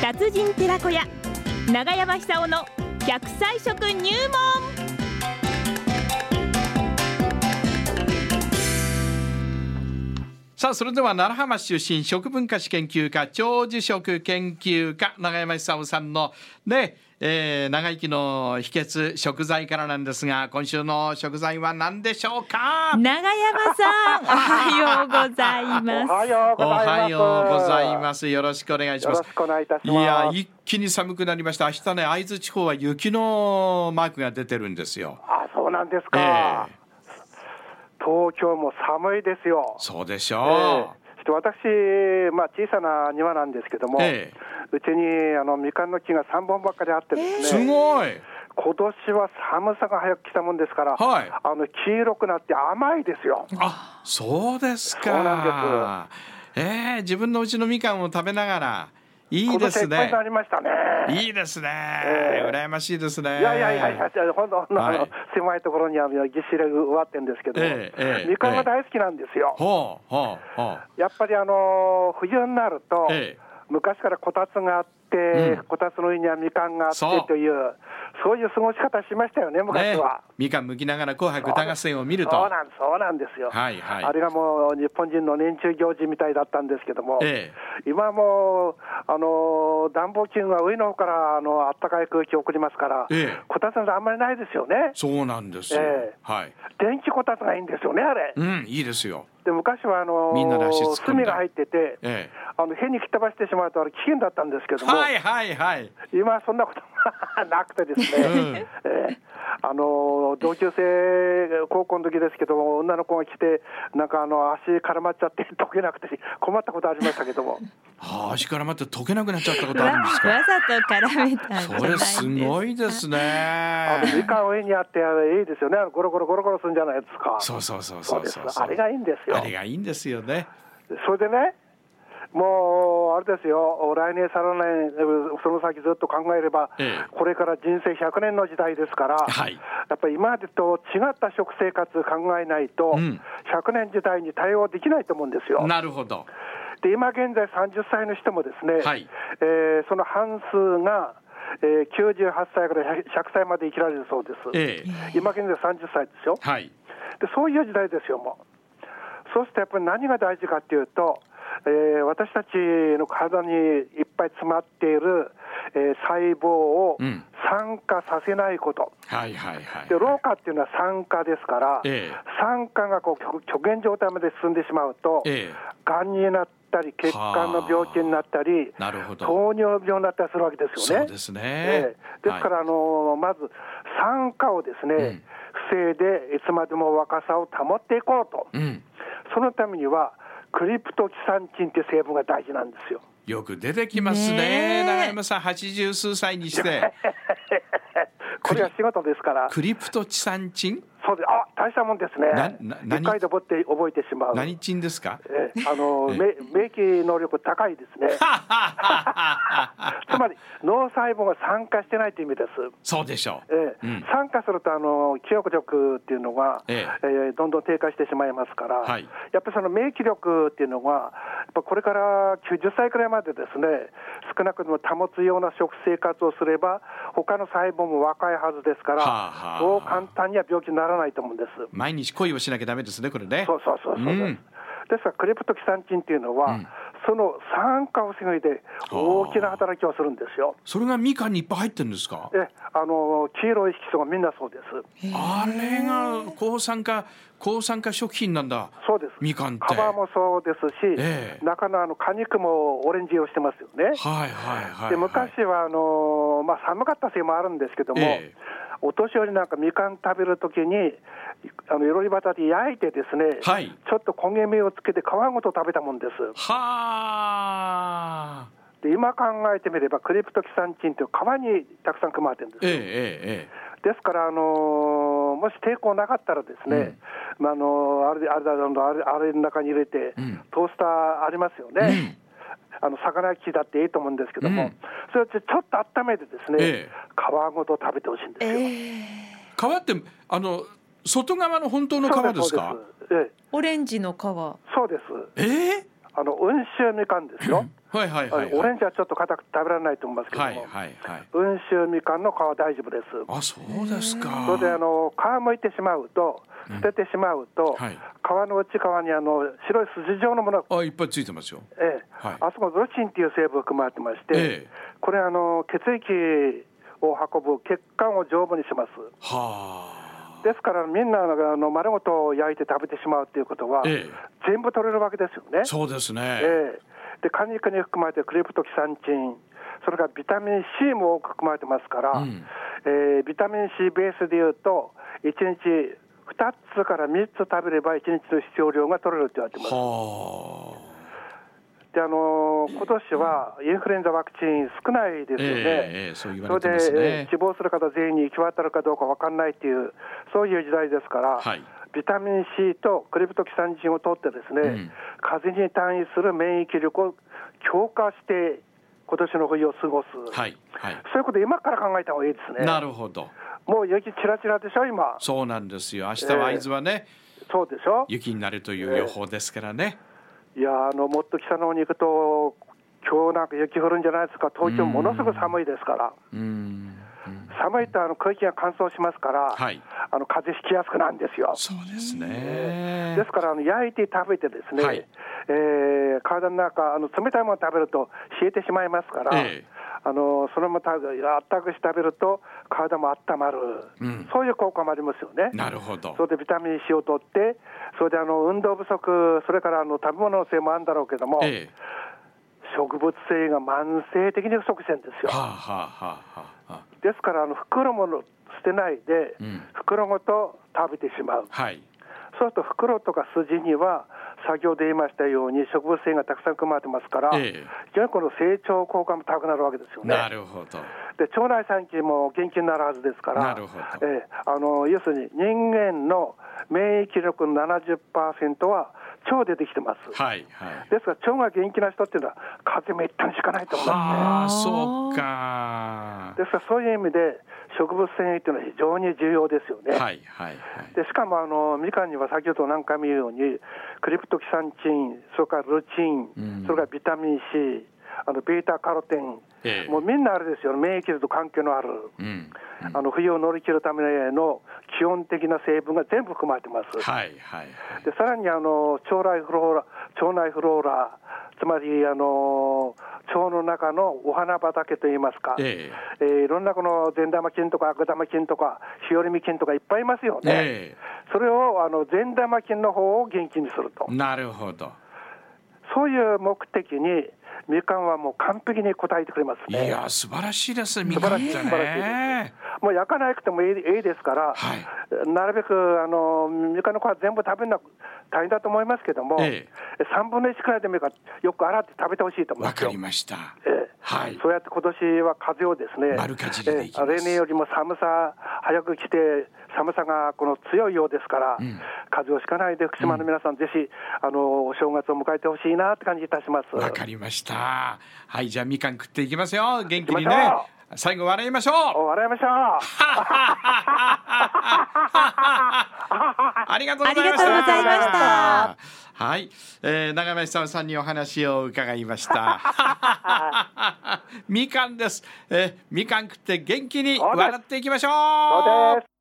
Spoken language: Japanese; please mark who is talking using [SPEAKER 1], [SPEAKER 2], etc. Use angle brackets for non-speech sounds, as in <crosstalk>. [SPEAKER 1] 達人寺子屋長山久夫の百歳食入門
[SPEAKER 2] さあそれでは奈良浜市出身食文化史研究家長寿食研究家永山久夫さんのね、えー長生きの秘訣食材からなんですが今週の食材は何でしょうか
[SPEAKER 1] 長山
[SPEAKER 2] <laughs>
[SPEAKER 1] さんおはようござい
[SPEAKER 3] お
[SPEAKER 1] ま
[SPEAKER 3] はようご
[SPEAKER 2] お
[SPEAKER 3] ざいます。。
[SPEAKER 2] はようございますすよろしくお願いし
[SPEAKER 3] よ
[SPEAKER 2] ま
[SPEAKER 3] ろ
[SPEAKER 2] す
[SPEAKER 3] しくお願いいたし
[SPEAKER 2] い
[SPEAKER 3] ます。
[SPEAKER 2] や一気に寒くなりました明日ね会津地方は雪のマークが出てるんですよ
[SPEAKER 3] あ、そうなんですか。
[SPEAKER 2] ええ
[SPEAKER 3] 東京も寒いですよ。
[SPEAKER 2] そうでし
[SPEAKER 3] ええ
[SPEAKER 2] ょ
[SPEAKER 3] ちょっと私、まあ、小さな庭なんですけども、
[SPEAKER 2] ええ
[SPEAKER 3] うちにあのみかんの木が3本ばっかりあってで
[SPEAKER 2] う、
[SPEAKER 3] すね、
[SPEAKER 2] すごい
[SPEAKER 3] 今年は寒さが早く来たもんですから、
[SPEAKER 2] はい
[SPEAKER 3] あの黄色くなって甘いですよ。
[SPEAKER 2] あそうですか
[SPEAKER 3] そうなん
[SPEAKER 2] ええ自分のうちのみかんを食べながらいい
[SPEAKER 3] 今
[SPEAKER 2] で
[SPEAKER 3] 年はい
[SPEAKER 2] す
[SPEAKER 3] っぱい
[SPEAKER 2] ね
[SPEAKER 3] になりましたね。
[SPEAKER 2] いいですね、
[SPEAKER 3] ええ
[SPEAKER 2] 羨ましいですね
[SPEAKER 3] いやいやいやいや、本当、あの
[SPEAKER 2] はい
[SPEAKER 3] 狭いところにあのぎっしり植わってるんですけど、
[SPEAKER 2] ええええ
[SPEAKER 3] みかんが大好きなんですよ。
[SPEAKER 2] ほうほうほう
[SPEAKER 3] やっぱりあの冬になると、
[SPEAKER 2] ええ
[SPEAKER 3] 昔からこたつがあって、
[SPEAKER 2] うん
[SPEAKER 3] こたつの上にはみかんがあっ
[SPEAKER 2] そう
[SPEAKER 3] てという、そういう過ごし方しましたよね、昔
[SPEAKER 2] ね
[SPEAKER 3] は。、
[SPEAKER 2] みかん剥きながら「紅白歌合戦」を見る
[SPEAKER 3] そう
[SPEAKER 2] と
[SPEAKER 3] なんそうなんですよ、
[SPEAKER 2] はいはい
[SPEAKER 3] あれがもう日本人の年中行事みたいだったんですけども、
[SPEAKER 2] え
[SPEAKER 3] 今はもう、あの暖房器具が上の方からあの暖かい空気を送りますから、
[SPEAKER 2] ええ
[SPEAKER 3] こたつなんてあんまりないですよね、
[SPEAKER 2] そうなんですよ、
[SPEAKER 3] ええ
[SPEAKER 2] はい
[SPEAKER 3] 電気こたつがいいんですよね、あれ。
[SPEAKER 2] うんいいですよ
[SPEAKER 3] で昔はあの
[SPEAKER 2] みんなで足突っ込ん
[SPEAKER 3] 炭
[SPEAKER 2] で
[SPEAKER 3] が入ってて、
[SPEAKER 2] え
[SPEAKER 3] あの、火に吹き飛ばしてしまうとあれ危険だったんですけ
[SPEAKER 2] え
[SPEAKER 3] ども、
[SPEAKER 2] はいはいはい
[SPEAKER 3] 今はそんなことがなくてですね、
[SPEAKER 2] うん
[SPEAKER 3] ええあの同級生、高校の時ですけども、女の子が来て、なんかあの足絡まっちゃって、溶けなくて困ったことありましたけ
[SPEAKER 2] <laughs>
[SPEAKER 3] ども、
[SPEAKER 2] はあ足からまた溶けなくなっちゃったこ
[SPEAKER 1] す
[SPEAKER 2] と
[SPEAKER 1] わ
[SPEAKER 2] あるんです
[SPEAKER 3] <laughs>
[SPEAKER 2] か
[SPEAKER 1] わざと絡めたんじゃないん
[SPEAKER 2] それ
[SPEAKER 1] です
[SPEAKER 2] すごいです
[SPEAKER 3] あのみ
[SPEAKER 2] ね
[SPEAKER 3] かん上にあって、あれいいですよね、あのゴロゴロゴロゴロするんじゃないですか。
[SPEAKER 2] そうそうそうそう
[SPEAKER 3] です
[SPEAKER 2] そうそう
[SPEAKER 3] あれがいいんですよ
[SPEAKER 2] あ。れがいいんですよね
[SPEAKER 3] それでね、もうあれですよ、来年、再来年、その先ずっと考えれば、
[SPEAKER 2] ええ
[SPEAKER 3] これから人生100年の時代ですから、
[SPEAKER 2] はい
[SPEAKER 3] やっぱり今までと違った食生活考えないと、
[SPEAKER 2] うん
[SPEAKER 3] 100年時代に対応できないと思うんですよ。
[SPEAKER 2] なるほど
[SPEAKER 3] で、今現在30歳の人もですね、
[SPEAKER 2] はい
[SPEAKER 3] えーその半数が、えー98歳から100歳まで生きられるそうです。
[SPEAKER 2] ええ
[SPEAKER 3] 今現在30歳ですよ。
[SPEAKER 2] はい
[SPEAKER 3] でそういう時代ですよ、もう。そうするとやっぱり何が大事かっていうと、えー私たちの体にいっぱい詰まっている、えー細胞を
[SPEAKER 2] うん
[SPEAKER 3] 酸化させないこと、
[SPEAKER 2] はいはいはい
[SPEAKER 3] で老化っていうのは酸化ですから、
[SPEAKER 2] ええ
[SPEAKER 3] 酸化がこう極極限状態まで進んでしまうと、
[SPEAKER 2] ええ
[SPEAKER 3] がんになったり、血管の病気になったり、
[SPEAKER 2] なるほど
[SPEAKER 3] 糖尿病になったりするわけですよね。
[SPEAKER 2] そうですね
[SPEAKER 3] ええですから、
[SPEAKER 2] は
[SPEAKER 3] あのまず酸化をですね、
[SPEAKER 2] うん
[SPEAKER 3] 防いでいつまでも若さを保っていこうと、
[SPEAKER 2] うん
[SPEAKER 3] そのためには、クリプトキサンチンっていう成分が大事なんで
[SPEAKER 2] <laughs>
[SPEAKER 3] すよ。
[SPEAKER 2] よく出てきます
[SPEAKER 1] ね
[SPEAKER 2] ね
[SPEAKER 1] え
[SPEAKER 2] 長山さん八十数歳にして
[SPEAKER 3] これが仕事ですから、
[SPEAKER 2] クリプトチサンチン
[SPEAKER 3] そうであ大したもんですね
[SPEAKER 2] なな、何
[SPEAKER 3] 一回で覚えて覚えてしまう、
[SPEAKER 2] 何チンです
[SPEAKER 3] <laughs>
[SPEAKER 2] か
[SPEAKER 3] ええあの
[SPEAKER 2] え
[SPEAKER 3] め免疫能力高いですね、
[SPEAKER 2] <laughs>
[SPEAKER 3] つまり脳細胞が酸化してないという意味です。
[SPEAKER 2] そうでしょう、
[SPEAKER 3] ええ
[SPEAKER 2] うん
[SPEAKER 3] 酸化するとあの記憶力っていうのが、
[SPEAKER 2] え
[SPEAKER 3] ええどんどん低下してしまいますから、
[SPEAKER 2] はい
[SPEAKER 3] やっぱりその免疫力っていうのが、やっぱこれから90歳くらいまでですね、少なくとも保つような食生活をすれば、他の細胞も若いはずですから、
[SPEAKER 2] はあはあ
[SPEAKER 3] そう簡単には病気にならないと思うんです。
[SPEAKER 2] 毎日恋をしなきゃダメですねこれね
[SPEAKER 3] そうそうそうそうです。
[SPEAKER 2] うん
[SPEAKER 3] ですから、クレプトキサンチンっていうのは、
[SPEAKER 2] うん
[SPEAKER 3] その酸化を防いで大きな働きをするんですよ。
[SPEAKER 2] それがみかんにいっぱい入ってるんですか
[SPEAKER 3] ええあの黄色い色素がみんなそうです。
[SPEAKER 2] あれが抗酸化抗酸化食品なんだ
[SPEAKER 3] そうです。
[SPEAKER 2] みかんって
[SPEAKER 3] 皮もそうですし、
[SPEAKER 2] ええ
[SPEAKER 3] 中のあの果肉もオレンジ色してますよね。
[SPEAKER 2] はいはいはい、はい、
[SPEAKER 3] で昔はあのーまあ、寒かったせいもあるんですけども、
[SPEAKER 2] ええ
[SPEAKER 3] お年寄りなんかみかん食べるときに、あのよろり端で焼いてですね、
[SPEAKER 2] はい
[SPEAKER 3] ちょっと焦げ目をつけて皮ごと食べたもんです。
[SPEAKER 2] はあ
[SPEAKER 3] で今考えてみれば、クリプトキサンチンという皮にたくさん含まれてるんです
[SPEAKER 2] ええ
[SPEAKER 3] よ。
[SPEAKER 2] えええ
[SPEAKER 3] ですから、あのーもし抵抗なかったらですね、まああのーあれあれだあれあれの中に入れて、
[SPEAKER 2] うん
[SPEAKER 3] トースターありますよね、あの魚焼きだっていいと思うんですけども、
[SPEAKER 2] うん
[SPEAKER 3] それをちょっと温めてですね、
[SPEAKER 2] ええ
[SPEAKER 3] 皮ごと食べてほしいんですよ。
[SPEAKER 1] えー
[SPEAKER 2] え皮ってあの外側の本当の
[SPEAKER 3] そう
[SPEAKER 2] 皮ですか
[SPEAKER 3] そうですええ
[SPEAKER 1] オレンジの皮
[SPEAKER 3] そうです
[SPEAKER 2] ええ
[SPEAKER 3] あの温州みかんですよ、
[SPEAKER 2] はいはいはいはい
[SPEAKER 3] あのオレンジはちょっと硬くて食べられないと思いますけども、
[SPEAKER 2] はいはいはい
[SPEAKER 3] 温州みかんの皮は大丈夫です。
[SPEAKER 2] あそうですか
[SPEAKER 3] それであの皮むいてしまうと捨ててしまうと、
[SPEAKER 2] はい
[SPEAKER 3] 皮の内側にあの白い筋状のものが、
[SPEAKER 2] あいっぱいついてますよ
[SPEAKER 3] ええ
[SPEAKER 2] はい
[SPEAKER 3] あそこルチンっていう成分含まれてまして、
[SPEAKER 2] ええ
[SPEAKER 3] これあの血液を運ぶ血管を丈夫にします。
[SPEAKER 2] はあ
[SPEAKER 3] ですからみんなあのあの丸ごと焼いて食べてしまうということは、
[SPEAKER 2] ええ
[SPEAKER 3] 全部取れるわけですよね。
[SPEAKER 2] そうですね、
[SPEAKER 3] ええで果肉に含まれているクリプトキサンチンそれからビタミン C も多く含まれてますから、
[SPEAKER 2] ん
[SPEAKER 3] えービタミン C ベースでいうと1日2つから3つ食べれば1日の必要量が取れるって言われてます。
[SPEAKER 2] はあ
[SPEAKER 3] であのー今年はインフルエンザワクチン少ないですよね。
[SPEAKER 2] ええええそう言われ
[SPEAKER 3] そ
[SPEAKER 2] て
[SPEAKER 3] れ
[SPEAKER 2] ま
[SPEAKER 3] です
[SPEAKER 2] ね
[SPEAKER 3] えー死亡する方全員に行き渡るかどうか分かんないっていう、そういう時代ですから、
[SPEAKER 2] はい
[SPEAKER 3] ビタミン C とクリプトキサンチンを取って、ですね、風邪に単位する免疫力を強化して、今年の冬を過ごす、
[SPEAKER 2] はいはい
[SPEAKER 3] そういうこと、今から考えた方がいいですね、
[SPEAKER 2] なるほど
[SPEAKER 3] もう雪ちらちらでしょ、今、
[SPEAKER 2] そうなんですよ明日は会津はね、
[SPEAKER 3] そうでしょ、
[SPEAKER 2] 雪になるという予報ですからね、
[SPEAKER 3] いやーあの、もっと北の方に行くと、今日なんか雪降るんじゃないですか、東京、ものすごく寒いですから。
[SPEAKER 2] うん
[SPEAKER 3] 寒いとあの空気が乾燥しますから、
[SPEAKER 2] はい
[SPEAKER 3] あの風邪ひきやすくなるんですよ。
[SPEAKER 2] そうです
[SPEAKER 3] で
[SPEAKER 2] ね
[SPEAKER 3] すからあの焼いて食べてですね、
[SPEAKER 2] はい
[SPEAKER 3] えー体の中あの冷たいものを食べると冷えてしまいますから、
[SPEAKER 2] ええ
[SPEAKER 3] あのそのまま食べあったかくして食べると体も温まる、
[SPEAKER 2] うん
[SPEAKER 3] そういう効果もありますよね。
[SPEAKER 2] なるほど
[SPEAKER 3] それでビタミン C を取って、それであの運動不足、それからあの食べ物のせいもあるんだろうけども、
[SPEAKER 2] ええ
[SPEAKER 3] 植物性が慢性的に不足してるんですよ。
[SPEAKER 2] はあはあはあはあ
[SPEAKER 3] ですからあの袋もの捨てないで、
[SPEAKER 2] うん
[SPEAKER 3] 袋ごと食べてしまう
[SPEAKER 2] はい
[SPEAKER 3] そうすると袋とか筋には先ほど言いましたように植物性がたくさん含まれてますから、
[SPEAKER 2] ええ
[SPEAKER 3] 非常にこの成長効果も高くなるわけですよね
[SPEAKER 2] なるほど
[SPEAKER 3] で腸内細菌も元気になるはずですから
[SPEAKER 2] なるほど
[SPEAKER 3] ええあの要するに人間の免疫力の70%は腸でできてます、
[SPEAKER 2] はいはい
[SPEAKER 3] ですから腸が元気な人っていうのは風邪めったにしかないと思うんですね
[SPEAKER 2] はあそうか
[SPEAKER 3] ですからそういう意味で植物繊維というのは非常に重要ですよね。
[SPEAKER 2] はいはいはい
[SPEAKER 3] でしかもあのみかんには先ほど何回も言うようにクリプトキサンチンそれからルチン、
[SPEAKER 2] うん
[SPEAKER 3] それからビタミン C あのベータカロテン、
[SPEAKER 2] ええ
[SPEAKER 3] もうみんなあれですよ免疫力と関係のある、
[SPEAKER 2] うん
[SPEAKER 3] あの冬を乗り切るための基本的な成分が全部含まれてます。
[SPEAKER 2] はいはい
[SPEAKER 3] でさらにあの腸内フローラ腸内フローラつまりあの腸の中のお花畑といいますか、
[SPEAKER 2] え
[SPEAKER 3] えーいろんなこの善玉菌とか悪玉菌とか日和見菌とかいっぱいいますよね、
[SPEAKER 2] え
[SPEAKER 3] それをあの善玉菌の方を元気にすると
[SPEAKER 2] えなるほど
[SPEAKER 3] そういう目的にみかんはもう完璧に応えてくれます
[SPEAKER 2] い
[SPEAKER 3] ね
[SPEAKER 2] や素晴らしいですねみかんって
[SPEAKER 3] 素晴らしい素晴
[SPEAKER 2] ね
[SPEAKER 3] もう焼かなくてもいいいいですから、
[SPEAKER 2] はい
[SPEAKER 3] なるべくあのみかんの皮全部食べるのは大変だと思いますけども、
[SPEAKER 2] ええ
[SPEAKER 3] 3分の1くらいでもいいからよく洗って食べてほしいと思い
[SPEAKER 2] わ
[SPEAKER 3] ます
[SPEAKER 2] か
[SPEAKER 3] よ
[SPEAKER 2] りました
[SPEAKER 3] ええ
[SPEAKER 2] はい
[SPEAKER 3] そうやって今年は風をですね、
[SPEAKER 2] 丸かじりでいきます
[SPEAKER 3] ええ例年よりも寒さ早く来て、寒さがこの強いようですから、風邪をひかないで、福島の皆さん、ぜひあのお正月を迎えてほしいなって感じいたします。
[SPEAKER 2] わかりましたはいじゃあみかん食っていきますよ元気に
[SPEAKER 3] 行きま
[SPEAKER 2] ね
[SPEAKER 3] しょ
[SPEAKER 2] 最後笑いまし
[SPEAKER 3] <laughs>
[SPEAKER 2] ょう
[SPEAKER 3] お笑いましょう。
[SPEAKER 2] <laughs> ありがとうござい
[SPEAKER 4] ありが
[SPEAKER 2] ました。
[SPEAKER 4] とうございました
[SPEAKER 2] はい、えー、長山久夫さんにお話を伺いま <laughs> した。みかんです。えーみかん食って元気に笑っていきましょう。
[SPEAKER 3] そうです。